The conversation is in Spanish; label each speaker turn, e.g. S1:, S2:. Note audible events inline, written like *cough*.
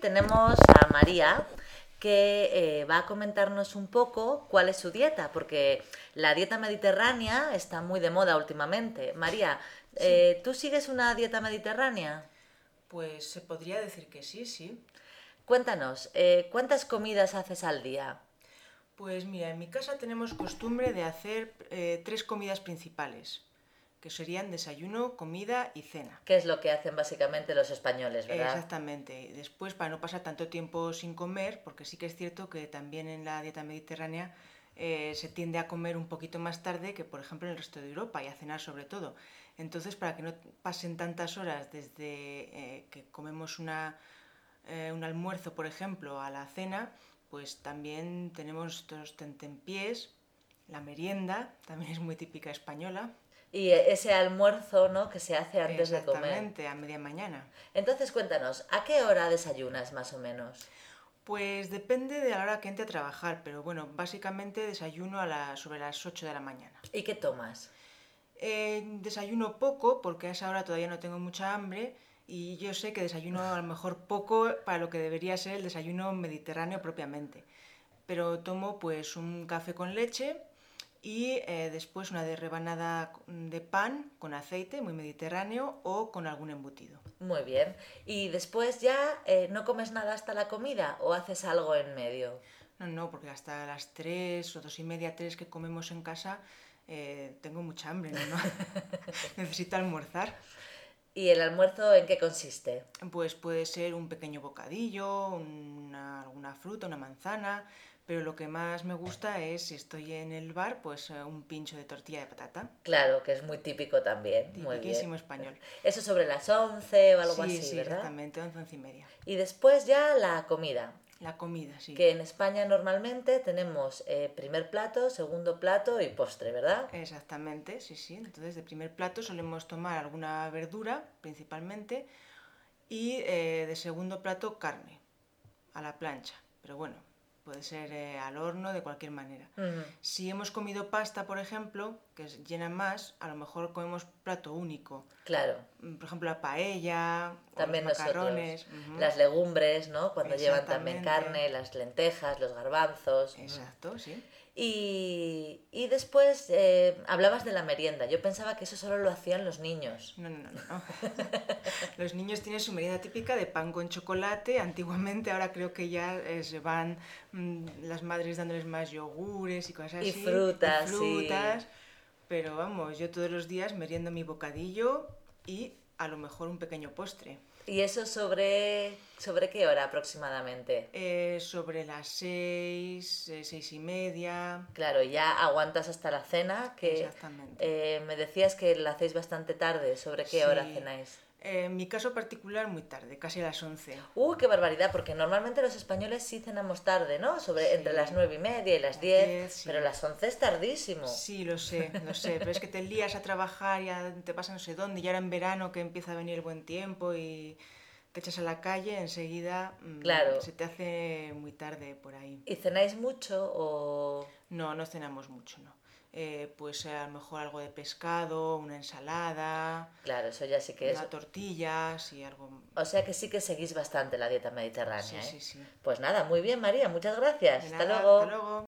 S1: tenemos a María que eh, va a comentarnos un poco cuál es su dieta, porque la dieta mediterránea está muy de moda últimamente. María, eh, ¿tú sigues una dieta mediterránea?
S2: Pues se podría decir que sí, sí.
S1: Cuéntanos, eh, ¿cuántas comidas haces al día?
S2: Pues mira, en mi casa tenemos costumbre de hacer eh, tres comidas principales, que serían desayuno, comida y cena.
S1: ¿Qué es lo que hacen básicamente los españoles, verdad?
S2: Exactamente. Después, para no pasar tanto tiempo sin comer, porque sí que es cierto que también en la dieta mediterránea eh, se tiende a comer un poquito más tarde que, por ejemplo, en el resto de Europa y a cenar sobre todo. Entonces, para que no pasen tantas horas desde eh, que comemos una, eh, un almuerzo, por ejemplo, a la cena, pues también tenemos estos tentempiés, la merienda, también es muy típica española.
S1: Y eh, ese almuerzo ¿no? que se hace antes de comer.
S2: Exactamente, a media mañana.
S1: Entonces cuéntanos, ¿a qué hora desayunas más o menos?
S2: Pues depende de la hora que entre a trabajar, pero bueno, básicamente desayuno a la- sobre las 8 de la mañana.
S1: ¿Y qué tomas?
S2: Eh, desayuno poco porque a esa hora todavía no tengo mucha hambre y yo sé que desayuno a lo mejor poco para lo que debería ser el desayuno mediterráneo propiamente. Pero tomo pues un café con leche y eh, después una de rebanada de pan con aceite muy mediterráneo o con algún embutido.
S1: Muy bien. ¿Y después ya eh, no comes nada hasta la comida o haces algo en medio?
S2: No, no, porque hasta las 3 o dos y media, 3 que comemos en casa eh, tengo mucha hambre, ¿no? *laughs* no. Necesito almorzar.
S1: ¿Y el almuerzo en qué consiste?
S2: Pues puede ser un pequeño bocadillo, una, alguna fruta, una manzana, pero lo que más me gusta es, si estoy en el bar, pues eh, un pincho de tortilla de patata.
S1: Claro, que es muy típico también. Muy
S2: Tipiquísimo
S1: bien.
S2: español.
S1: Eso sobre las 11 o algo
S2: sí,
S1: así,
S2: sí,
S1: ¿verdad?
S2: exactamente, once, once y media.
S1: Y después ya la comida,
S2: La comida, sí.
S1: que en España normalmente tenemos eh, primer plato, segundo plato y postre, ¿verdad?
S2: Exactamente, sí, sí. Entonces, de primer plato solemos tomar alguna verdura, principalmente, y eh, de segundo plato carne, a la plancha. Pero bueno, puede ser eh, al horno, de cualquier manera.
S1: Ujú.
S2: Si hemos comido pasta, por ejemplo, que es- llena más, a lo mejor comemos plato único.
S1: Claro.
S2: Mm, Por ejemplo, la paella, o
S1: También
S2: los
S1: nosotros.
S2: macarrones. ujú.
S1: Las legumbres, ¿no? Cuando llevan también
S2: Exactamente.
S1: carne, las lentejas, los garbanzos.
S2: Exacto, sí.
S1: Y, y después eh, hablabas de la merienda. Yo pensaba que eso solo lo hacían los niños.
S2: No, no, no, no, no. *laughs* Los niños tienen su merienda típica de pan con chocolate. Antiguamente, ahora creo que ya eh, se van mm, las madres dándoles más yogures y cosas
S1: Y
S2: así.
S1: frutas, sí.
S2: frutas. Pero vamos, yo todos los días meriendo mi bocadillo y a lo mejor un pequeño postre.
S1: ¿Y eso sobre, sobre qué hora aproximadamente?
S2: Eh, sobre las seis, eh, seis y media.
S1: Claro, ya aguantas hasta la cena, que
S2: Exactamente.
S1: eh, me decías que la hacéis bastante tarde. ¿Sobre qué hora
S2: Sí.
S1: cenáis?
S2: Eh, en mi caso particular, muy tarde, casi a las once.
S1: ¡Uh, qué barbaridad! Porque normalmente los españoles sí cenamos tarde, ¿no? Sobre, Entre
S2: Sí.
S1: las nueve y media y las
S2: Las
S1: diez,
S2: diez, sí.
S1: pero las once es tardísimo.
S2: Sí, lo sé, lo sé, pero es que te lías a trabajar, ya te pasa no sé dónde, y ahora en verano que empieza a venir el buen tiempo y te echas a la calle, enseguida mm,
S1: Claro.
S2: se te hace muy tarde por ahí.
S1: ¿Y cenáis mucho o...?
S2: No, no cenamos mucho, no. Eh, pues eh, a lo mejor algo de pescado, una ensalada,
S1: Claro, eso ya sí que es...
S2: una tortilla, sí, algo...
S1: O sea que sí que seguís bastante la dieta mediterránea,
S2: Sí,
S1: ¿eh?
S2: sí, sí.
S1: Pues nada, muy bien María, muchas gracias.
S2: De
S1: hasta
S2: nada,
S1: luego.
S2: Hasta luego.